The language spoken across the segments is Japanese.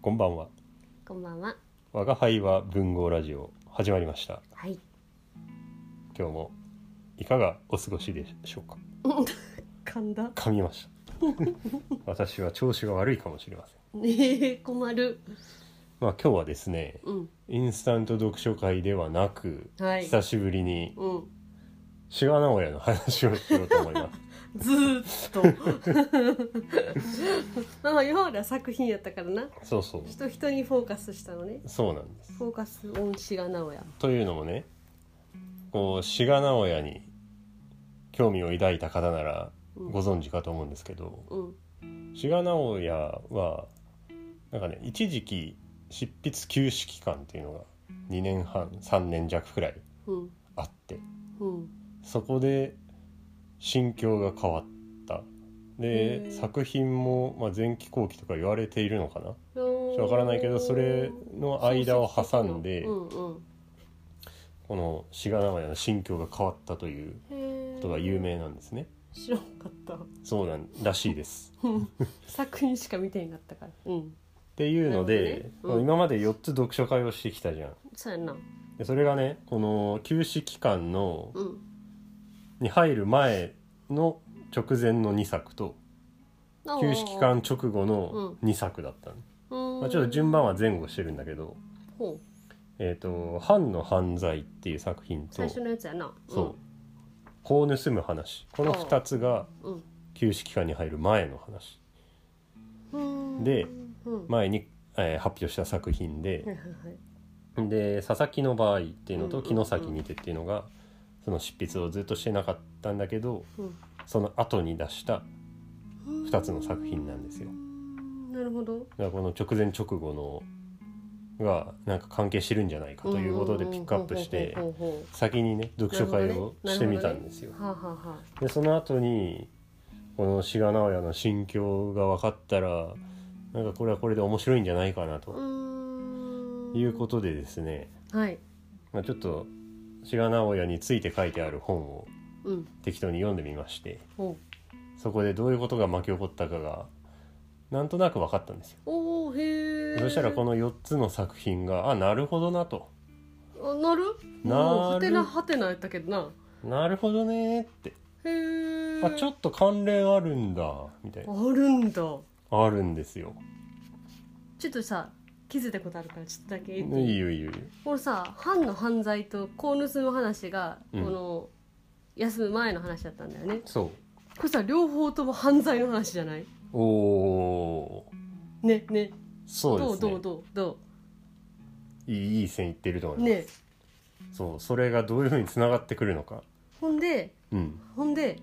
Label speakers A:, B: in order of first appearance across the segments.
A: こんばんは。
B: こんばんは。
A: 我が輩は文豪ラジオ始まりました。
B: はい。
A: 今日もいかがお過ごしでしょうか。
B: 噛んだ。
A: 噛みま した。私は調子が悪いかもしれません。
B: ええ困る。
A: まあ今日はですね、
B: うん。
A: インスタント読書会ではなく、
B: はい
A: 久しぶりに
B: うん。
A: 志賀直哉の話をしようと思います。
B: ずーっ と。まあまあ、今までは作品やったからな。
A: そうそう、
B: 人人にフォーカスしたのね。
A: そうなんです。
B: フォーカスオン志賀直哉。
A: というのもね、こう志賀直哉に興味を抱いた方なら
B: うん
A: ご存知かと思うんですけど。
B: うん。
A: 志賀直哉はなんかね一時期執筆休止期間っていうのが2年半3年弱くらい
B: うん。
A: あって
B: うん。
A: そこで心境が変わった
B: へ
A: で
B: ー
A: 作品も、まあ、前期後期とか言われているのかな
B: わ
A: 分からないけどそれの間を挟んで、
B: うんうん。
A: この志賀直哉の心境が変わったという
B: へえ
A: ことが有。名なんですね。
B: 知らんかった。
A: そうなんらしいです。
B: うん作品しか見てなかったから。うん。
A: っていうの
B: な
A: で
B: る、ほどねうん
A: 今まで4つ読書会をしてきたじゃん。
B: そうやんな。
A: でそれがねこの休止期間の
B: うん。
A: に入る前の直前の2作と休止期。間直後の2作だったの、
B: うん。
A: まあ、ちょっと順番は前後してるんだけど
B: ほう。
A: 「えー、と藩の犯罪」っていう作品と
B: 最初のやつやな。
A: そう「法を盗む話」この2つが
B: うん。うん。
A: 休止期間に入る前の話で
B: で、うんは
A: 前に、えー発表した作品
B: いはい
A: で
B: はい
A: で佐々木の場合っていうの
B: う
A: と
B: んうんうん
A: 城崎にてっていうのがその執筆をずっとしてなかったんだけど
B: う
A: その後に出した
B: ん
A: 2つの作品なんですよ
B: うんなるほど。
A: だからこの直前直後のがなんか関係してるんじゃないかということでピックアップして
B: ほうほ
A: 先にね読書会を
B: なるほどね
A: してみたんですよ
B: うほうほうはあ、はあはあ、
A: でその後にこの志賀直哉の心境が分かったらなんかこれはこれで面白いんじゃないかな
B: う
A: と
B: ーん
A: いうことでですね、
B: はい。
A: まあ、ちょっと志賀直哉について書いてある本を
B: うん。
A: 適当に読んでみまして
B: おう
A: そこでどういうことが巻き起こったかがなんとなく分かったんですよ
B: おーへえ。
A: そしたらこの4つの作品があなるほどなと
B: あなる？
A: なる
B: もうはてなはてなやったけどな。
A: なるほどねーって
B: へえ。
A: あちょ
B: っ
A: っと関連あるんだみたいな
B: あるんだ。ちょ
A: あるんですよ
B: っとさ気づいたことあるからちょっとだけ
A: い
B: 言って。
A: いよいいよいいよ
B: このさ藩の犯罪と子を盗む話が、
A: うん
B: この休む前の話だったんだよね。
A: そ
B: これさ両方とも犯罪の話じゃない？
A: うおー
B: ねね
A: そう
B: ど
A: で
B: う
A: すね
B: どうどうど
A: いいいい線いってると思
B: う
A: います、
B: ね
A: そうそれがどういうふうにつながってくるのか
B: ほんで
A: うん
B: ほんで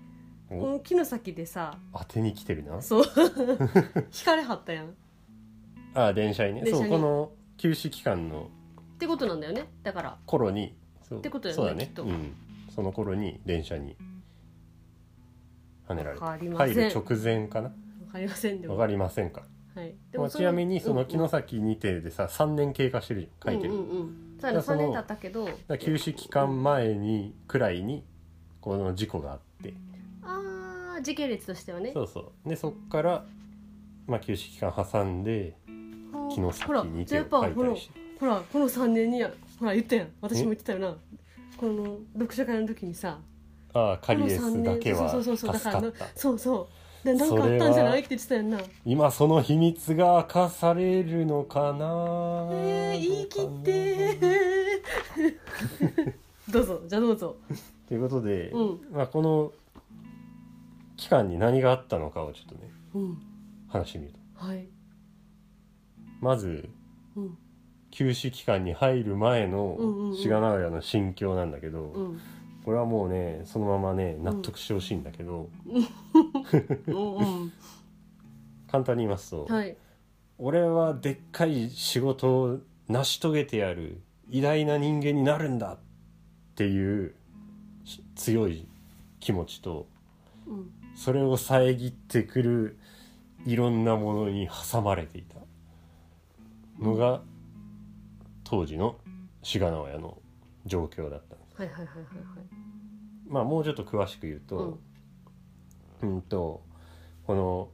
B: こ
A: お
B: の木の先でさ
A: 当てに来てるな
B: そう引かれはったやんっ
A: あ電車にね
B: 電車
A: そう
B: に
A: この休止期間の
B: てことなんだよねだから
A: 頃にそう
B: ってことだよね
A: そうだね
B: きっと
A: うん、その頃に電車にはねられ
B: わかり
A: た
B: ませ
A: 入
B: ん
A: る直前かな
B: わかりませんで
A: わ
B: も
A: かりませんか
B: はいで
A: まあ、ちなみにその
B: 木
A: 城崎にてでさ3年経過してるじゃん書いてる、
B: うんうんうんそうやな
A: だからその
B: 3年経ったけど
A: だから休止期間前にくらいにこの事故があって
B: ああ時系列としてはね
A: そうそうでそっから、まあ、休止期間挟んで
B: ほ
A: 城
B: ほら
A: 崎に
B: じゃ
A: て
B: あ
A: を
B: や
A: 書
B: っぱ
A: い
B: ほ
A: た
B: ら
A: りして
B: ほらこの3年にやほら言ったやん私も言ってたよなこの読書会の時にさ
A: ああカ
B: こ
A: リ
B: の
A: エ
B: 3
A: スだ
B: 年
A: けは
B: そうそう
A: 助
B: そうそう
A: か
B: だから
A: っ
B: な
A: た
B: そうそうでなんかあったんじゃないって言ってたやんな
A: 今その秘密が明かされるのかな
B: えー、言い切ってどうぞじゃあどうぞ
A: ということで、
B: う
A: まあ、この期間に何があったのかをちょっとね
B: うん
A: 話してみると
B: はい
A: まず
B: うん
A: 休止期間に入る前の
B: うんうんうん
A: 志賀直哉の心境なんだけど、
B: うん
A: これはもうねそのままね納得してほしいんだけど、
B: うん
A: 簡単に言いますと、
B: はい
A: 俺はでっかい仕事を成し遂げてやる偉大な人間になるんだっていうし強い気持ちと
B: うん
A: それを遮ってくるいろんなものに挟まれていたのが当時の志賀直哉の状況だったんです
B: はいはいはいはいはい
A: まあもうちょっと詳しく言う
B: う
A: と
B: ん、
A: うん、とこの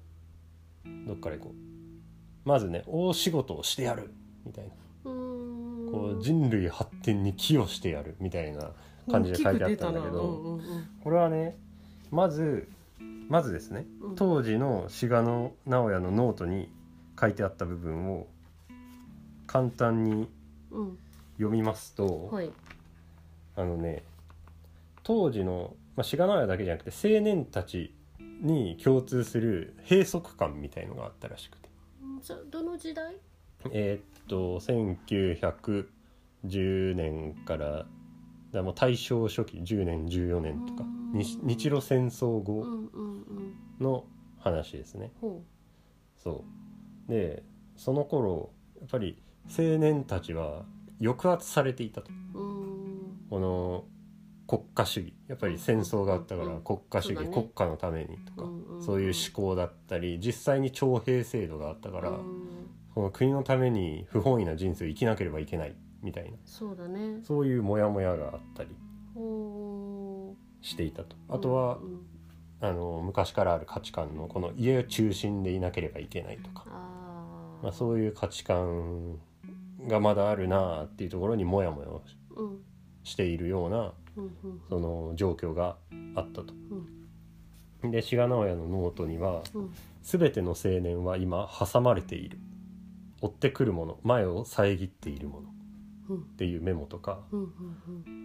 A: どっから行こうまずね大仕事をしてやるみたいな
B: うーん
A: こう人類発展に寄与してやるみたいな感じで書いてあったんだけど
B: 大きく出たな
A: これはねまずまずですね
B: うんうんうん
A: 当時の志賀の直哉のノートに書いてあった部分を簡単に
B: うん
A: 読みますと、
B: はい
A: あのね当時の、まあ、志賀直哉だけじゃなくて青年たちに共通する閉塞感みたいのがあったらしくて
B: じゃどの時代
A: えーっと1910年からだからもう大正初期10年14年とか
B: うん
A: 日日露戦争
B: うんう
A: 後
B: んうん
A: の話ですね。
B: ほ
A: そうでその頃やっぱり青年たちは抑圧されていたと
B: ううーん
A: この国家主義やっぱり戦争があったから
B: うん
A: 国家主義、
B: そうだね
A: 国家のためにとか、
B: うんうんうん
A: そういう思考だったり実際に徴兵制度があったから、
B: うん
A: この国のために不本意な人生を生きなければいけないみたいな
B: そうだね
A: そういうモヤモヤがあったり
B: ほ
A: していたと
B: う
A: あとは、
B: うんうん
A: あの昔からある価値観のこの家中心でいなければいけないとか
B: あー
A: まあ、そういう価値観がまだあるなあっていうところにモヤモヤを
B: うん
A: しているような
B: うんうん
A: その状況があったと。
B: うん
A: で志賀直哉のノートには
B: うん
A: 「全ての青年は今挟まれている」「追ってくるもの前を遮っているもの」
B: うん
A: っていうメモとか、
B: うんうん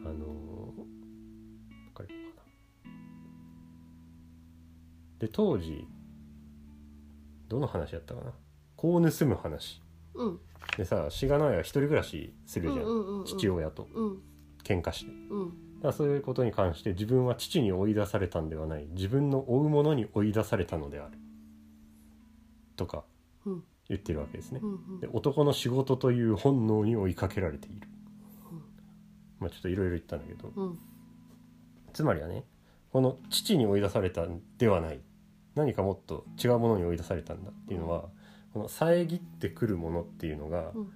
A: あのーわかるかな。で当時どの話やったかな子を盗む話。
B: うんうん
A: でさ志賀直哉は一人暮らしするじゃん,、
B: うんうんうんうん
A: 父親と
B: うん
A: 喧嘩してだ
B: うん
A: からそういうことに関して自分は父に追い出されたんではない自分の追うものに追い出されたのであるとか
B: うん
A: 言ってるわけですね、
B: うんうん
A: で男の仕事という本能に追いかけられている、まあちょっといろいろ言ったんだけど
B: うん
A: つまりはねこの父に追い出されたんではない何かもっと違うものに追い出されたんだっていうのは、この遮ってくるものっていうのが、
B: うん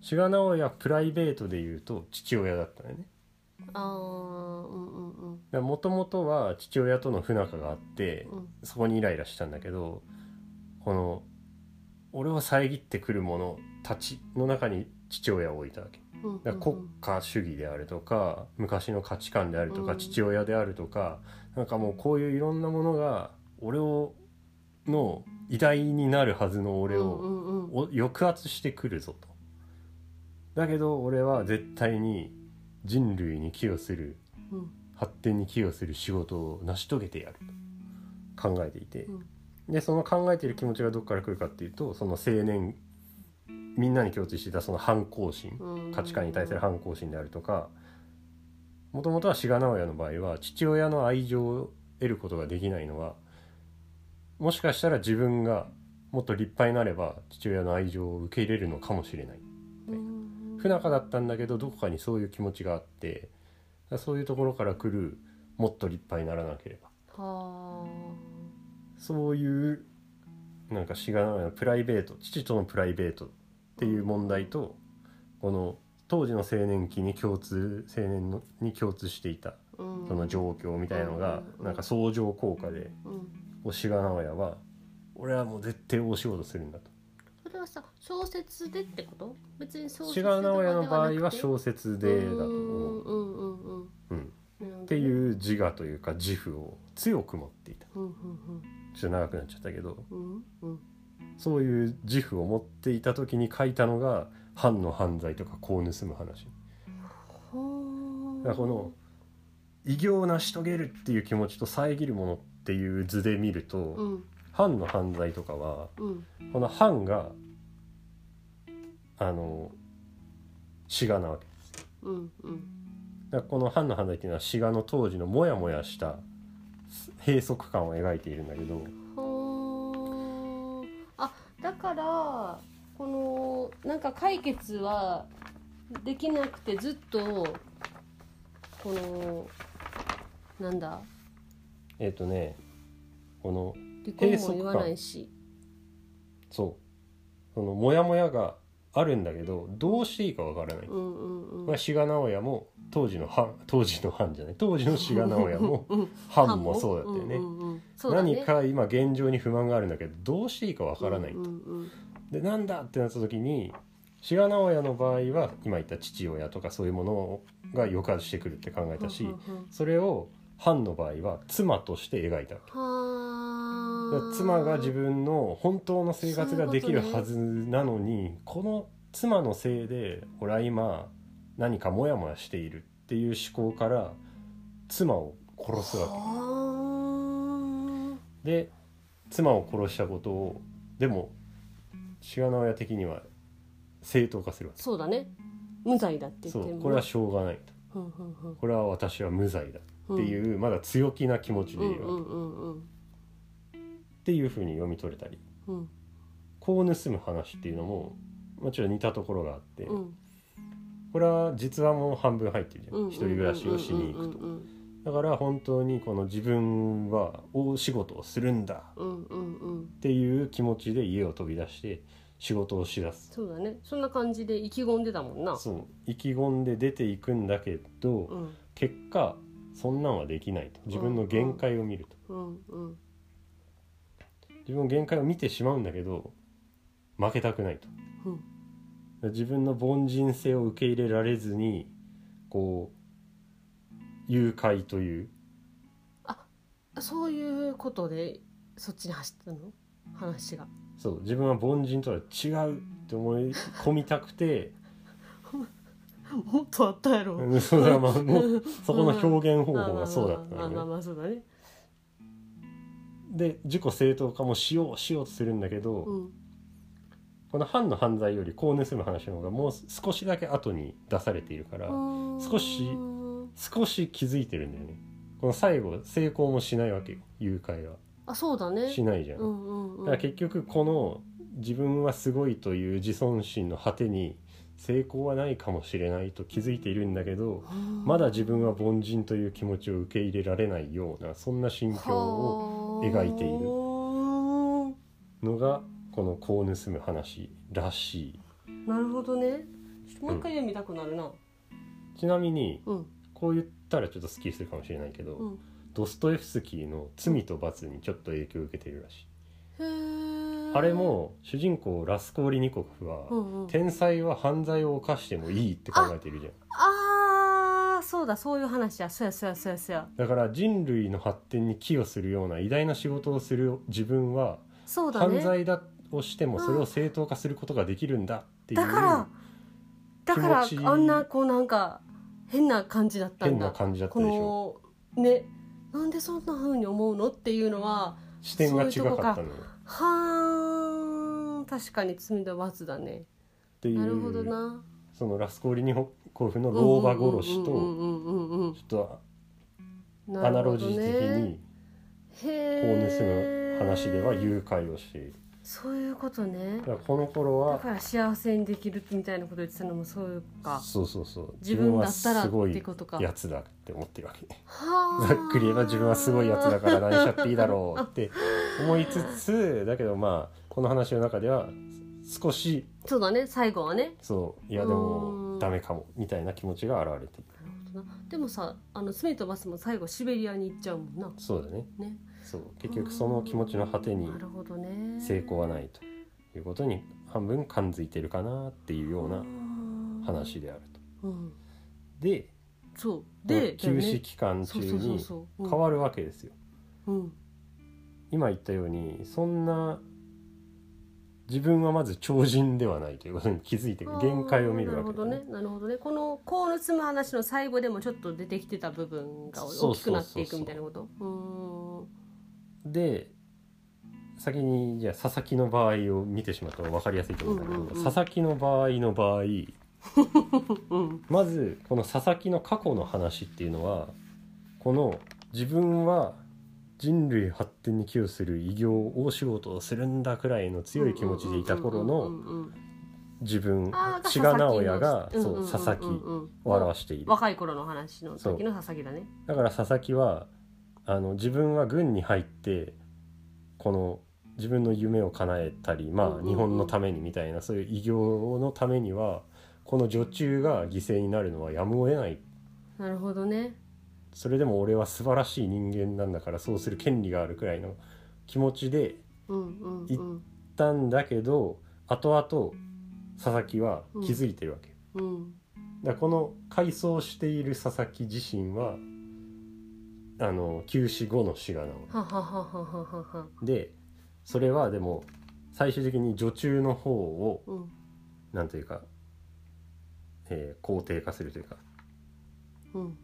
A: 志賀直哉はプライベートで言うと父親だったのよね
B: あーうんうんうん
A: もともとは父親との不仲があって
B: うん
A: そこにイライラしたんだけどこの「俺は遮ってくる者たち」の中に父親を置いたわけ
B: うん
A: だから国家主義であるとか昔の価値観であるとか父親であるとかなんかもうこういういろんなものが俺をの偉大になるはずの俺を、
B: うんうんうん
A: お抑圧してくるぞとだけど俺は絶対に人類に寄与する
B: うん
A: 発展に寄与する仕事を成し遂げてやると考えていて
B: うん
A: でその考えている気持ちがどこから来るかっていうとその青年みんなに共通していたその反抗心
B: うん
A: 価値観に対する反抗心であるとかもともとは志賀直哉の場合は父親の愛情を得ることができないのはもしかしたら自分がもっと立派になれば父親の愛情を受け入れるのかもしれない
B: うん
A: 不仲だったんだけどどこかにそういう気持ちがあってそういうところから来るもっと立派にならなければ
B: は
A: そういうなんか志賀直哉のプライベート父とのプライベートっていう問題とこの当時の青年期に共通青年のに共通していた
B: あうん
A: その状況みたいなのが
B: うん
A: なんか相乗効果で
B: うん
A: こう志賀直哉は俺はもう絶対大仕事するんだと
B: それはさ小説でってこと別に小説
A: 志賀直哉の場合は
B: 説
A: 小説でだと
B: う
A: 思
B: ん
A: う、
B: うんうんうん
A: うん、
B: うん
A: っていう自我というか自負を強く持っていた
B: うんうん
A: ちょっと長くなっちゃったけど
B: うんうん
A: そういう自負を持っていた時に書いたのが「藩の犯罪」とか「子を盗む話」
B: うん
A: だからこの偉業を成し遂げるっていう気持ちと遮るものっていう図で見る
B: う
A: と
B: ん
A: 藩の犯罪とかは
B: うん
A: この藩があの志賀なわけ
B: うんうん
A: だからこの藩の犯罪っていうのは志賀の当時のモヤモヤした閉塞感を描いているんだけど
B: ほーあだからこのなんか解決はできなくてずっとこのなんだ
A: えっ、とねこの
B: 離婚も言わないし
A: そうそのモヤモヤがあるんだけどどうしていいかわからない。
B: うんうんう
A: まあ、
B: ん
A: 志賀直哉も当時の藩当時の藩じゃない当時の志賀直哉も 藩もそうだったよね
B: んうんうんそうだね
A: 何か今現状に不満があるんだけどどうしていいかわからない
B: うんうんうん
A: でなんだってなった時に志賀直哉の場合は今言った父親とかそういうものが抑圧してくるって考えたし
B: はあは
A: それを藩の場合は妻として描いたわけ
B: あは
A: だ
B: あ
A: から妻が自分の本当の生活ができるはずなのにこの妻のせいで俺は今何かモヤモヤしているっていう思考から妻を殺すわけ。
B: は
A: で妻を殺したことをでも志賀直哉的には正当化するわ
B: あそうだね無罪だっ
A: け
B: て言っ
A: そ
B: てる
A: う
B: もんね
A: これはしょうがないと
B: ふんふんふん
A: これは私は無罪だっていう、まだ強気な気持ち
B: う
A: でい
B: ん
A: るわけ、
B: う
A: っ
B: んうんうん
A: ていうふうに読み取れたり
B: うん
A: こう盗む話っていうのももちろん似たところがあって、
B: うん
A: これは実話も半分入ってるじゃん、
B: うん
A: 一人暮らしをしに行くと、
B: うん
A: だから本当にこの自分は大仕事をするんだ
B: うんうんうん
A: っていう気持ちで家を飛び出して仕事をしだす
B: そうだねそんな感じで意気込んでたもんな
A: そう意気込んで出ていくんだけど、
B: うん
A: 結果そんなんはできないと自分の限界を見ると、
B: うんうん
A: 自分の限界を見てしまうんだけど負けたくないと
B: うん
A: 自分の凡人性を受け入れられずにこう誘拐という
B: そういうことでそっちに走ったの話が
A: そう自分は凡人とは違うって思い込みたくて
B: もっとあったやろ
A: うんそうだ、まあ、もうそこの表現方法がそうだった
B: まあ
A: の
B: まあ
A: ね。
B: まあそうだね
A: で自己正当化もしようしようとするんだけど、
B: うん
A: この藩の犯罪よりこう盗む話の方がもう少しだけ後に出されているから、少し少し気づいてるんだよねこの最後成功もしないわけよ誘拐は
B: あそうだね
A: しないじゃん、
B: うんうんうん
A: だから結局この自分はすごいという自尊心の果てに成功はないかもしれないと気づいているんだけどまだ自分は凡人という気持ちを受け入れられないようなそんな心境を
B: を
A: 描いている
B: る
A: のがこの「こう盗む話」らしい
B: なるほどねちょっともう一回読みたくなるな
A: ちなみに
B: うん
A: こう言ったらちょっとスッキリするかもしれないけど、
B: うん
A: ドストエフスキーの「罪と罰」にちょっと影響を受けているらしい、
B: へー
A: あれも主人公ラスコーリニコフは、
B: うんうん
A: 天才は犯罪を犯してもいいって考えているじゃん
B: あーそうだそういう話やそうやそうやそうやそうや
A: だから人類の発展に寄与するような偉大な仕事をする自分は、
B: そうだね
A: 犯罪だをしてもそれを正当化することができるんだっていう
B: だからだから
A: 気持ち
B: あんなこうなんか変な感じだった
A: 変
B: んだ
A: な感じだったでしょ
B: このねなんでそんな風に思うのっていうのは
A: 視点が違かったのよ
B: はーん確かに罪と罰だね
A: ってい
B: なるほど
A: う
B: な
A: そのラスコーリニコフの老婆殺しと
B: うんうんうんうんうんうん
A: ちょっと
B: うん
A: アナロジー的
B: なるほど
A: に、
B: ね
A: こう盗
B: へ
A: む
B: ー
A: 話では誘拐をしている
B: そういうことね
A: だからこの頃
B: だ
A: は
B: から幸せにできるみたいなこと言ってたのもそういうか
A: そうそうそう
B: 自分だったら
A: 自分は
B: ってことか
A: すごいやつだって思ってるわけ
B: は
A: ざっくり言えば自分はすごいやつだから何しちゃっていいだろうっ て思いつつだけどまあこの話の中では少し
B: そうだね最後はね
A: そういやで
B: うーん
A: もダメかもみたいな気持ちが現れている
B: なるほどなでもさあの罪と罰も最後シベリアに行っちゃうもんな
A: そうだね
B: ね
A: そう結局その気持ちの果てに
B: なるほどね
A: 成功はないということに半分感づいてるかなっていうような話であると。
B: うん
A: で
B: そうで、
A: 休止期間中
B: そうそうそう
A: に
B: そう
A: 変わるわけですよ。
B: うん
A: 今言ったようにそんな自分はまず超人ではないということに気づいてくる限界を見るわけ
B: あーなるほどねなるほどねこの「こう盗む話」の最後でもちょっと出てきてた部分が
A: そ
B: 大
A: う
B: きく
A: そうそうそう
B: なっていくみたいなことうーん
A: で先にじゃあ佐々木の場合を見てしまったら分かりやすいと思うんだけど、
B: うんうんうん
A: 佐々木の場合の場合
B: うん
A: まずこの佐々木の過去の話っていうのはこの自分は人類発展に寄与する偉業大仕事をするんだくらいの強い気持ちでいた頃
B: う
A: の
B: んうんうんうん
A: 自分
B: あー
A: 志賀直哉が
B: うんうん
A: そ
B: うんう
A: うん佐々木
B: うんうん
A: を表している
B: 若い頃の話の時の佐々木だね
A: だから佐々木はあの自分は軍に入ってこの自分の夢を叶えたり、
B: うんう
A: ま
B: んう
A: あ、
B: ん
A: 日本のためにみたいなそういう偉業のためにはこの女中が犠牲になるのはやむを得ない
B: なるほどね
A: それでも俺は素晴らしい人間なんだからそうする権利があるくらいの気持ちで
B: うんうんうん
A: 行ったんだけど後々佐々木は気づいてるわけ、
B: うん
A: だからこの改装している佐々木自身はあの急死後の志賀なの
B: ははははははは
A: でそれはでも最終的に女中の方を
B: うん
A: なんというか、えー肯定化するというか
B: うん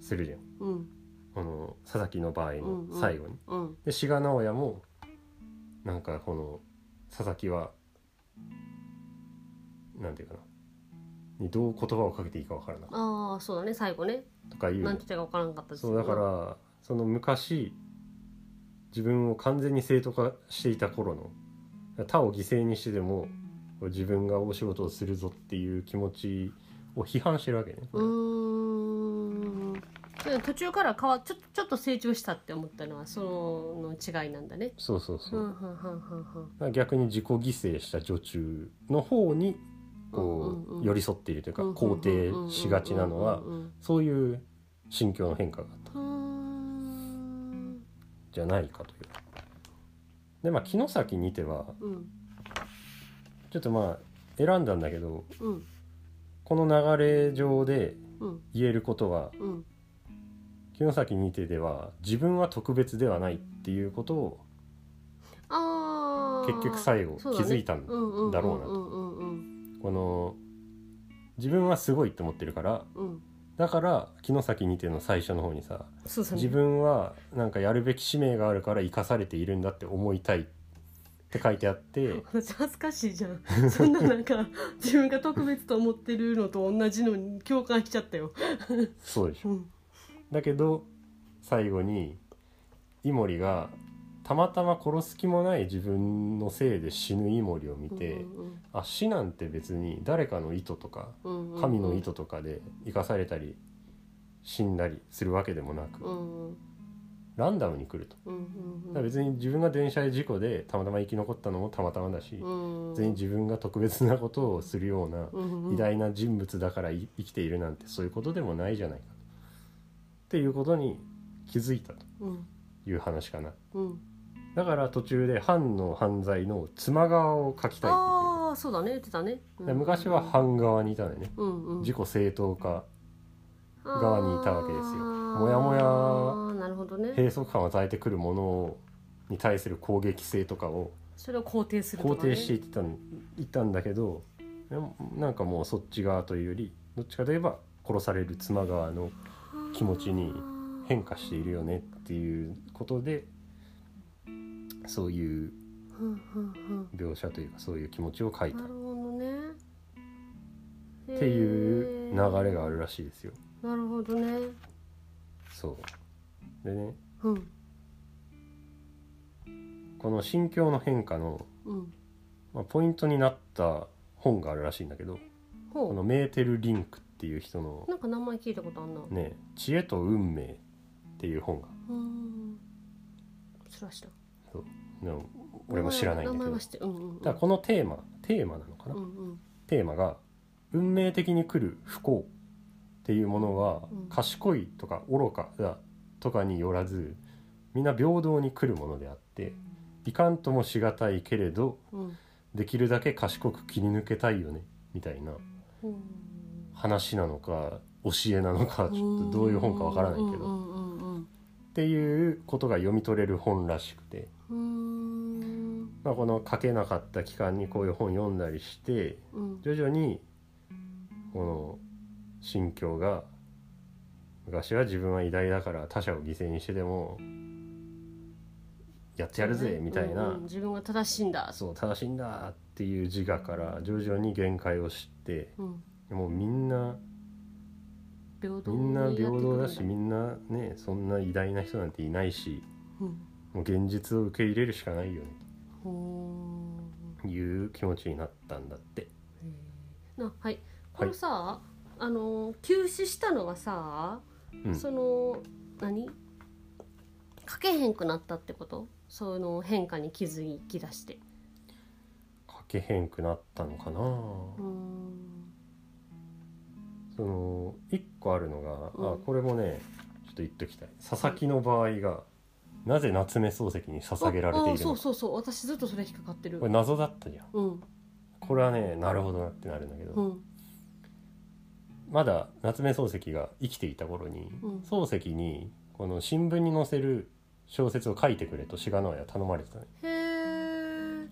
A: するじゃん
B: うん
A: この佐々木の場合
B: うんう
A: の
B: ん
A: 最後に。
B: うん
A: で志賀直哉もなんかこの佐々木はなんていうかなにどう言葉をかけていいかわからなかっ
B: ああそうだね最後ね
A: たとかいう
B: なんて言ったか分からんかったです
A: そうだからその昔自分を完全に正当化していた頃の他を犠牲にしてでも自分が大仕事をするぞっていう気持ちを批判してるわけね、
B: うーんでも途中から変わちょちょっと成長したって思ったのはその違いなんだね
A: そうそう
B: う
A: そう、
B: んうんうんうん
A: まあ逆に自己犠牲した女中の方にこ
B: うんうんうん
A: う寄り添っているというか
B: うん
A: 肯定しがちなのは
B: うんうんうんうん
A: そういう心境の変化があったん
B: うーん
A: じゃないかという。でまあ城崎にては
B: うん
A: ちょっとまあ選んだんだけど
B: うん
A: この流れ上で
B: うん
A: 言えることは
B: うん
A: 城崎にてでは自分は特別ではないっていうことを
B: あー
A: 結局最後気
B: そうだね
A: づいたんだ,、
B: うんうん
A: だろうなと
B: うんうんうん
A: この自分はすごいって思ってるから
B: うんうん
A: だから城崎にての最初の方にさ
B: そうだね
A: 自分はなんかやるべき使命があるから生かされているんだって思いたいって書いてあって
B: 私恥ずかしいじゃんそんななんか自分が特別と思ってるのと同じのに共感しちゃったよ、
A: そうでしょ
B: うん、
A: だけど最後にイモリがたまたま殺す気もない自分のせいで死ぬイモリを見て、
B: うん
A: あ死なんて別に誰かの意図とか
B: うんうん
A: 神の意図とかで生かされたり死んだりするわけでもなく、
B: うんうん
A: ランダムに来ると
B: うん
A: だ
B: うんう
A: から
B: ん
A: 別に自分が電車で事故でたまたま生き残ったのもたまたまだし、
B: うん
A: 全員自分が特別なことをするような
B: うんうん
A: 偉大な人物だからい生きているなんてそういうことでもないじゃないかとっていうことに気づいたと
B: うん
A: いう話かな
B: うん
A: だから途中で藩の犯罪の妻側を書きたいって
B: ああそうだね言ってたね、
A: 言ってるで昔は藩側にいたのよね
B: うんうん
A: 自己正当化側にいたわけですよ
B: あー
A: もやもや
B: なるほどね
A: 閉塞感を与えてくるものをに対する攻撃性とかを
B: それを肯定するとか、
A: 肯
B: ね、
A: 定していってたんいったんだけどでもなんかもうそっち側というよりどっちかといえば殺される妻側の気持ちに変化しているよねっていうことでそういう
B: ふんふんふん
A: 描写というかそういう気持ちを書いた
B: な
A: っ
B: るほどねって
A: いう流れがあるらしいですよ。
B: なるほどね
A: そうでね
B: うん
A: この心境の変化の、
B: うん
A: まあ、ポイントになった本があるらしいんだけど
B: ほ
A: こ
B: う
A: のメーテル・リンクっていう人の
B: なんか名前聞いたことあんな。
A: ね「知恵と運命」っていう本が
B: うん。そらした。
A: でも俺も知らないんだ
B: 名
A: け
B: 前
A: ど
B: は
A: だか
B: 知って。うんうんうん。
A: らこのテーマテーマなのかな、
B: うんうん。
A: テーマが「運命的に来る不幸」っていうものは
B: うん
A: 賢いとか愚かだとかによらず皆平等に来るものであっていかんともしがたいけれど
B: うん
A: できるだけ賢く切り抜けたいよねみたいな
B: うん。
A: 話なのか教えなのかちょっとどういう本かわからないけ
B: う
A: どっ
B: んうんうん
A: ていうことが読み取れる本らしくて、
B: うん。
A: まあ、この書けなかった期間にこういう本読んだりして
B: うん。
A: 徐々にこの心境が昔は自分は偉大だから他者を犠牲にしてでもやってやるぜみたいな、
B: うんうん自分が正しいんだ。
A: そう正しいんだっていう自我から徐々に限界を知って
B: うん。
A: もうみんな
B: 平等
A: み
B: に
A: んな
B: やっていく
A: 平等だし
B: ん
A: みんなねそんな偉大な人なんていないし
B: うん。
A: もう現実を受け入れるしかないよね
B: ほー
A: という気持ちになったんだって。
B: へーなはい。このさ、あの休止したのはさ、
A: うん
B: その何書けへんくなったってことその変化に気づき出して
A: 書けへんくなったのかな、
B: うーん
A: その1個あるのが、
B: うん
A: あこれもねちょっと言っときたい佐々木の場合がなぜ夏目漱石に捧げられてい
B: ああ
A: る
B: そ
A: の
B: うそうそう私ずっとそれ引っかかってる
A: これ謎だったじゃん
B: うん
A: これはねなるほどなってなるんだけど、
B: うん
A: まだ夏目漱石が生きていた頃に、
B: うん
A: 漱石にこの新聞に載せる小説を書いてくれと志賀直哉は頼まれてたのよ
B: へ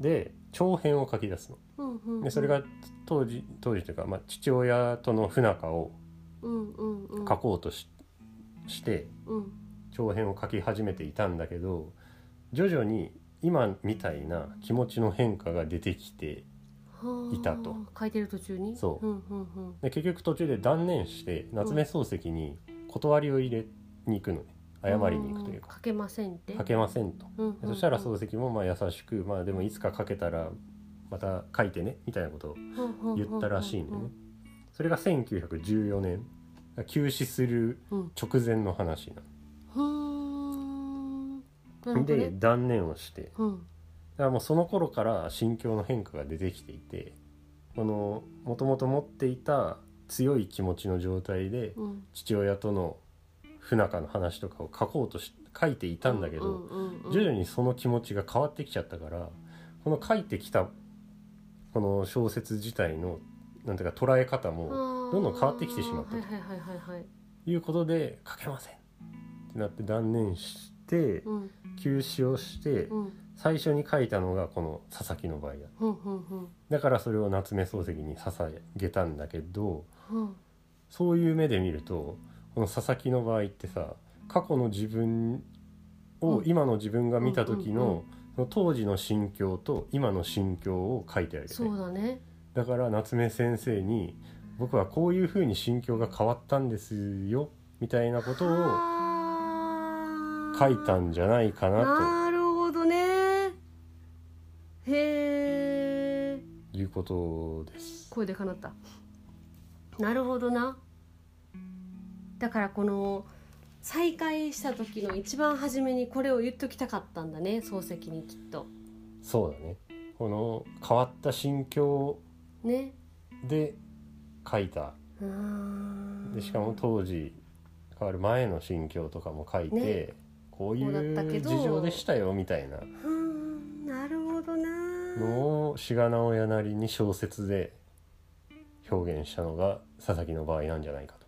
B: え
A: で長編を書き出す
B: うんうんうん
A: のでそれが当時当時というか、まあ、父親との不仲を
B: うんうんうん
A: 書こうとし,、して
B: うん
A: 長編を書き始めていたんだけど徐々に今みたいな気持ちの変化が出てきて
B: はあ
A: いたと
B: 書いてる途中に
A: そう
B: うんうんうん
A: で結局途中で断念して夏目漱石に断りを入れに行くのね謝りに行くというか
B: ん書けませんっ
A: 「
B: て
A: 書けません」と。
B: うんうん
A: で
B: うん
A: そしたら漱石もまあ優しく「まあでもいつか書けたらまた書いてね」みたいなことを言ったらしいんだよね。それが1914年休止する
B: うん
A: 直前の話な
B: ふーんなる
A: の
B: ほど
A: で
B: ね
A: 断念をしてだ
B: うん
A: からもうその頃から心境の変化が出てきていてこのもともと持っていた強い気持ちの状態で
B: うん
A: 父親との不仲の話とかを書こうとし書いていたんだけど、
B: うんうんうん
A: 徐々にその気持ちが変わってきちゃったからこの書いてきたこの小説自体のなんていうか捉え方もどんどん変わってきてしまったと
B: あーはいはいはいはいはい
A: いうことで書けませんってなって断念して
B: うん
A: 休止をして
B: うん
A: 最初に書いたのがこの佐々木の場合だ
B: うんうんうん
A: だからそれを夏目漱石に捧げたんだけど
B: うん
A: そういう目で見るとこの佐々木の場合ってさ過去の自分を
B: うん
A: 今の自分が見た時
B: うんうんうん
A: のその当時の心境と今の心境を書いてあるよ
B: そう
A: ね
B: だね
A: だから夏目先生に「僕はこういう風に心境が変わったんですよ」みたいなことを
B: を
A: 書いたんじゃないかな
B: なるほどねへえ
A: ということです。
B: 声でかなったなるほどなだからこの再会した時の一番初めにこれを言っときたかったんだね漱石にきっと
A: そうだねこの変わった心境
B: ね
A: で書いた
B: うーん
A: でしかも当時変わる前の心境とかも書いて、
B: ね
A: こうい
B: こうだったけ
A: う
B: ど
A: 事情でしたよみたいな
B: うーんなるほどな
A: のを志賀直哉なりに小説で表現したのが佐々木の場合なんじゃないかと。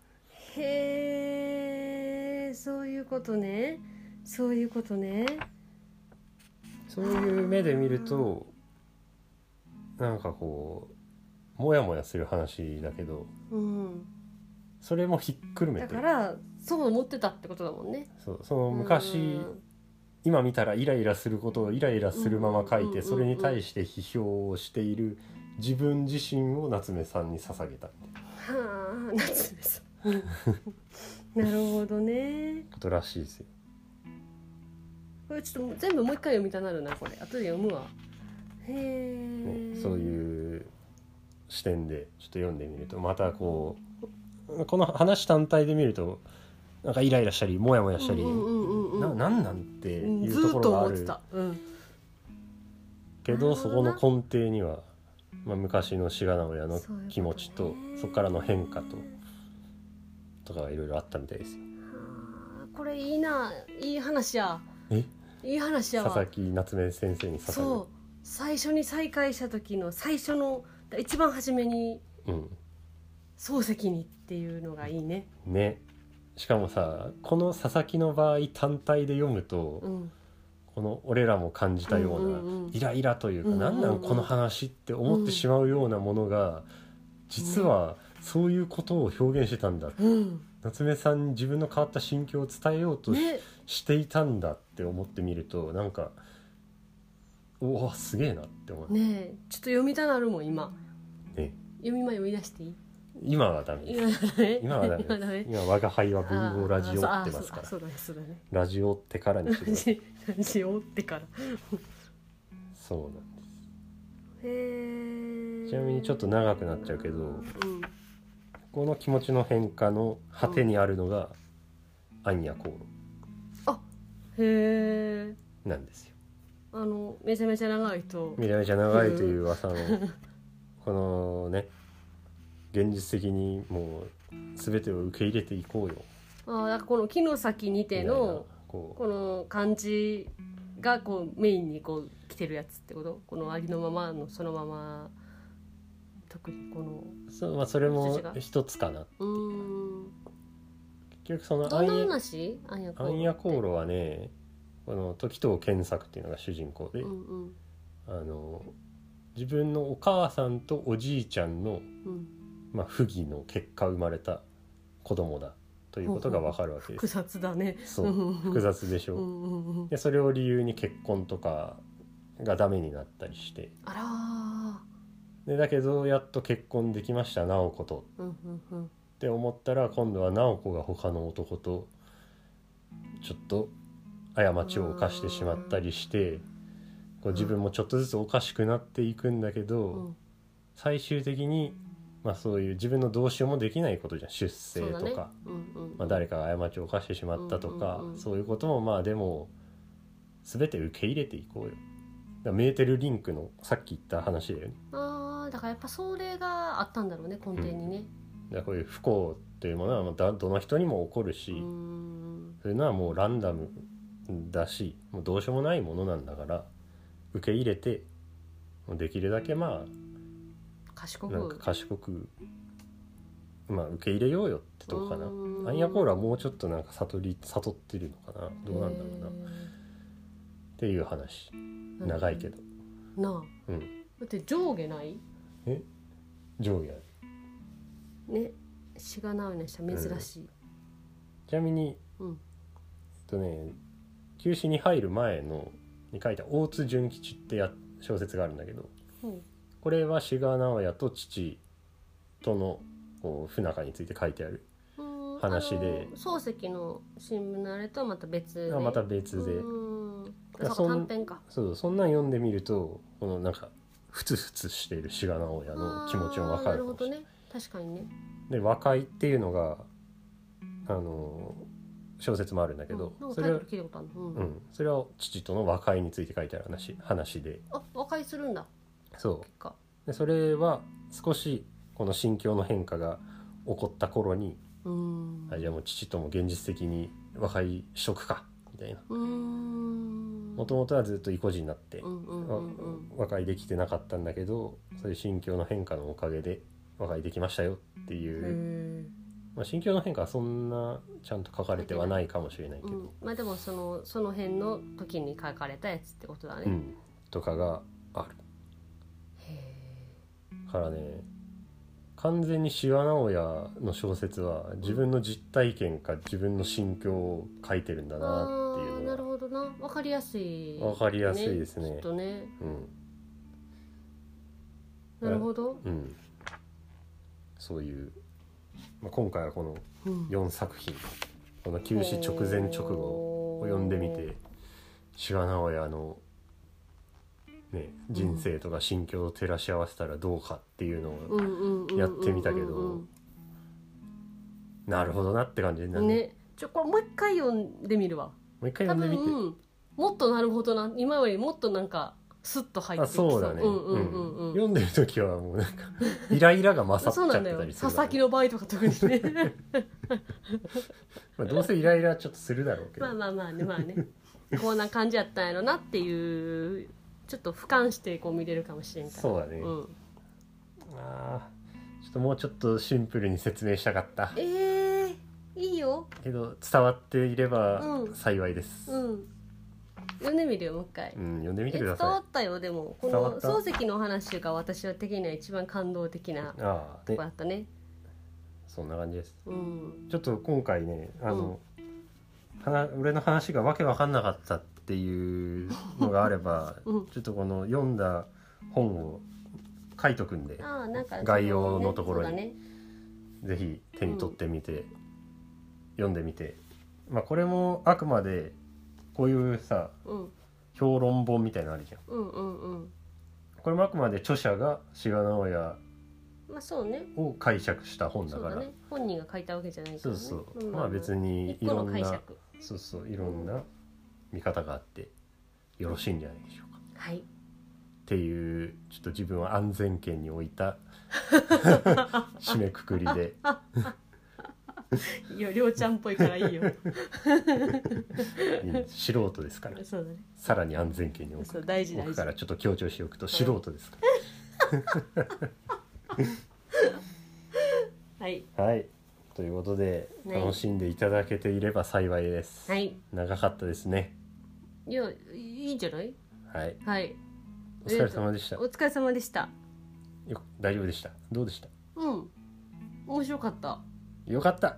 B: へえそういうことねそういうことね
A: そういう目で見るとなんかこうモヤモヤする話だけど
B: うん
A: それもひっくるめ
B: だ
A: て
B: からそう思ってたってことだもんね
A: そうその昔今見たらイライラすることをイライラするまま書いて
B: うん
A: それに対して批評をしている自分自身を夏目さんに捧げたみたいな
B: はあ夏目さん なるほどね
A: ことらしいですよ。
B: これちょっと全部もう一回読みたなるなこれ後で読むわへえ、
A: ね、そう
B: う
A: いう視点でちょっと読んでみるとまたこうこの話単体で見るとなんかイライラしたりモヤモヤしたり、
B: うんうんうんうん
A: な
B: うん
A: なんなんって
B: うん
A: い
B: ず
A: うとこ
B: ー
A: ろ
B: っと
A: があ
B: 思って
A: る
B: た、うん、
A: け
B: な
A: ど
B: るほ
A: そ
B: ど
A: こ
B: な
A: の根底には、まあ、昔の志賀直哉の
B: そういうことね
A: 気持ちとそこからの変化ととかがいろいろあったみたいですよ。
B: あーこれいいないい話や
A: え
B: いい話や
A: 佐々
B: わ
A: 木夏目先生に刺さ
B: そう最初に再会した時の最初の一番初めに
A: る、うん、
B: 漱石にっていうのがいいね
A: ねしかもさこの佐々木の場合単体で読むと、
B: うん
A: この俺らも感じたよ
B: うんうん
A: う
B: うん
A: なイライラというか、
B: うんうんうん
A: 何なんこの話って思ってしまうようなものが、実はそういうことを表現してたんだ、
B: うん
A: 夏目さんに自分の変わった心境を伝えようとし,、
B: ね
A: ていたんだって思ってみるとなんかおおすげえなって思う、
B: ねえちょっと読みたなるもん今
A: ね、
B: 読み前読み出していい
A: 今はダメです
B: 今はダメ
A: 今はダメで
B: 今はダ
A: す
B: メ
A: 今我が輩は
B: あ
A: 文豪ラジオ
B: あ
A: ってますか
B: あ
A: ら
B: そうあそうだね
A: ラジオってからにし
B: そう
A: てく
B: だ
A: ださい
B: ねラジオってから
A: そうなんです
B: へえ
A: ちなみにちょっと長くなっちゃうけど
B: うん
A: この気持ちの変化の果てにあるのが暗夜航
B: へえ
A: 路なんですよ。
B: あのめちゃめちゃ長いと
A: めちゃめちゃ長いという噂 のこのね現実的にもう全てを受け入れていこうよ
B: ああこの「木の先に
A: みた
B: て
A: いな
B: の」
A: こう
B: この漢字がこうメインにこう来てるやつってことこのありのままのそのまま特にこの
A: そ,、まあ、それも
B: 筋が
A: 一つかな
B: うーん
A: 結局その
B: どんな
A: 暗夜
B: 話暗夜
A: 暗夜航路はねこの時藤健作っていうのが主人公で、
B: うんうん
A: あの自分のお母さんとおじいちゃんの、
B: うん
A: まあ、不義の結果生まれた子供だということがわかるわけです
B: 複。雑だね
A: そう
B: うんうん
A: 複雑でしょ、
B: うんうんうん
A: でそれを理由に結婚とかがダメになったりして
B: あらー
A: でだけどやっと結婚できました直子と
B: うんうんうん
A: って思ったら今度は直子が他の男とちょっと過ちを犯してしまったりしてこう自分もちょっとずつおかしくなっていくんだけ
B: う
A: ど
B: ん
A: 最終的に、まあ、そういう自分のどうしようもできないことじゃん出
B: そ
A: 生
B: うだね
A: とか、
B: うんうん
A: まあ、誰かが過ちを犯してしまったとか、
B: うんうんうん
A: そういうこともまあでも全て受け入れていこうよ。だからメーテルリンクのさっき言った話だよね。
B: あーだからやっぱそれがあったんだろうね根底にね
A: だからこういう不幸っていうものはまあだどの人にも起こるし、
B: うーん
A: そういうのはもうランダムだしもうどうしようもないものなんだから受け入れてもうできるだけま
B: 賢
A: あ
B: く
A: なんか賢く、まあ、受け入れようよってとこかな。
B: うん
A: アンヤコーラはもうちょっとなんか悟り悟ってるのかなどうなんだろうなっ
B: へ
A: ていう話
B: ー
A: 長いけど、
B: なあ
A: うん、
B: だって上下ない
A: 上下ある
B: ねしがないのした珍しい、
A: ちなみに
B: うん、
A: えっとね休止に入る前のに書いた大津純吉ってや小説があるんだけど
B: ほ
A: これは志賀直哉と父とのこう不仲について書いてある、
B: ううーん
A: 話で
B: あの漱石の新聞のあれとはまた別で
A: また別で、
B: うーん
A: いや
B: そ
A: そ
B: う
A: ん
B: 短編か
A: そうそんなん読んでみるとこのなんかふつふつしている志賀直哉の気持ちもわか
B: あーな
A: る
B: る
A: か
B: ほ
A: もしれ
B: ど
A: ない
B: ね確かにね
A: で和解っていうのがあの小説もあるんだけど、
B: うん、なん
A: そ
B: かタイ
A: れ
B: ト
A: は
B: ル聞いたことあるの、うん
A: うん、それは父との和解について書いてある話話で
B: あ和解するんだ
A: そう
B: 結果
A: でそれは少しこの心境の変化が起こった頃に、
B: うーん
A: あじゃあもう父とも現実的に和解しとくかみたいな
B: うーん
A: もともとはずっと意固地になって、
B: うんうん
A: わ
B: うんうん
A: 和解できてなかったんだけどそういう心境の変化のおかげで和解できましたよって
B: へ
A: いう、
B: ー
A: まあ、心境の変化はそんなちゃんと書かれてはないかもしれないけ
B: う
A: ど、
B: ん、まあでもそのその辺の時に書かれたやつってことだね、
A: うんとかがある
B: へ
A: だからね完全に志賀直哉の小説は自分の実体験か自分の心境を書いてるんだ
B: ー
A: な
B: あ
A: ってい
B: ー
A: うの
B: な
A: は
B: るほどなわかりやすい、
A: わかりやすいですね
B: きっとね
A: うん
B: なるほど、
A: うん、そういう、まあ、今回はこの
B: うん
A: 4作品この休止直前直後を読んでみて志賀直哉の、ね、人生とか心境を照らし合わせたらどうかっていうのを、
B: うんうんうんうんうん
A: やってみたけど
B: うん
A: なるほどなって感じにな
B: う
A: る
B: んねちょこれもう一回読んでみるわ
A: もう一回
B: 多
A: 読ん
B: 分
A: でみて、
B: もっとなるほどな今よりもっとなんかスッと入っ
A: あ
B: てきそ
A: そう
B: う
A: だね、
B: んうんうんうん、
A: 読んでる時はもうなんか イライラが勝っち
B: そう
A: ゃ
B: な
A: っ
B: ん
A: て
B: だよ
A: たりす
B: 佐
A: る
B: 々木の場合とか特にね
A: まあ、どうせイライラはちょっとするだろうけど、
B: まあまあまあねまあねこんな感じやったんやろなっていうちょっと俯瞰してこう見れるかもしれんから
A: そうだね、
B: うん、
A: あーちょっともうちょっとシンプルに説明したかった
B: えー、いいよ
A: けど伝わっていれば
B: うん
A: 幸いです、
B: うん読んでみるよもう一回
A: うん読んでみ
B: え
A: てく
B: 伝
A: ださい
B: わったよでもこ
A: 伝わ
B: の
A: った
B: 漱石の話が私は的には一番感動的な
A: ああ
B: とこ
A: ね
B: だったね
A: そんな感じです
B: うん
A: ちょっと今回ねあの、はな俺の話がわけわかんなかったっていうのがあれ ば、
B: うん
A: ちょっとこの読んだ本を書いとくんで
B: ああなんか
A: 概要のところに
B: そうだね
A: ぜひ手に取ってみて、読んでみてまあこれもあくまでこういうさ
B: うん
A: 評論本みたいなのあるじゃん
B: うんうんうん
A: これもあくまで著者が志賀直哉
B: まあそうね
A: を解釈した本だ
B: そう
A: から
B: だね本人が書いたわけじゃない
A: そ
B: から、
A: う
B: ね、
A: そう、
B: ん
A: まあ別にい
B: 一個
A: ろ
B: の
A: ん
B: 解
A: な
B: 釈
A: そうそういろんな見方があってよろしいんじゃないでしょうか
B: はい
A: っていうちょっと自分は安 全圏に置いた締めくくりで
B: いいよりょうちゃんっぽいからいい
A: い
B: よ
A: いんです素人ですから
B: そうだね
A: さらに安全圏に置く
B: そう大事大
A: 置く
B: 事
A: からちょっと強調しておくと素人ですから
B: はい
A: はいということで
B: はい
A: 楽しんでいただけていれば幸いです、
B: はい
A: 長かったですね
B: いやいいんじゃない
A: はい
B: はい
A: お疲れ様でした
B: お疲れ様でした
A: よ大丈夫でしたどうでした
B: うん面白かった
A: よかった